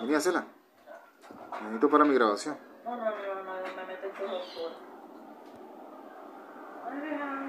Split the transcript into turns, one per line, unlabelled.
Olvídasela. Necesito para mi grabación.
No, no, no, no, no me meto en cosas oscuras.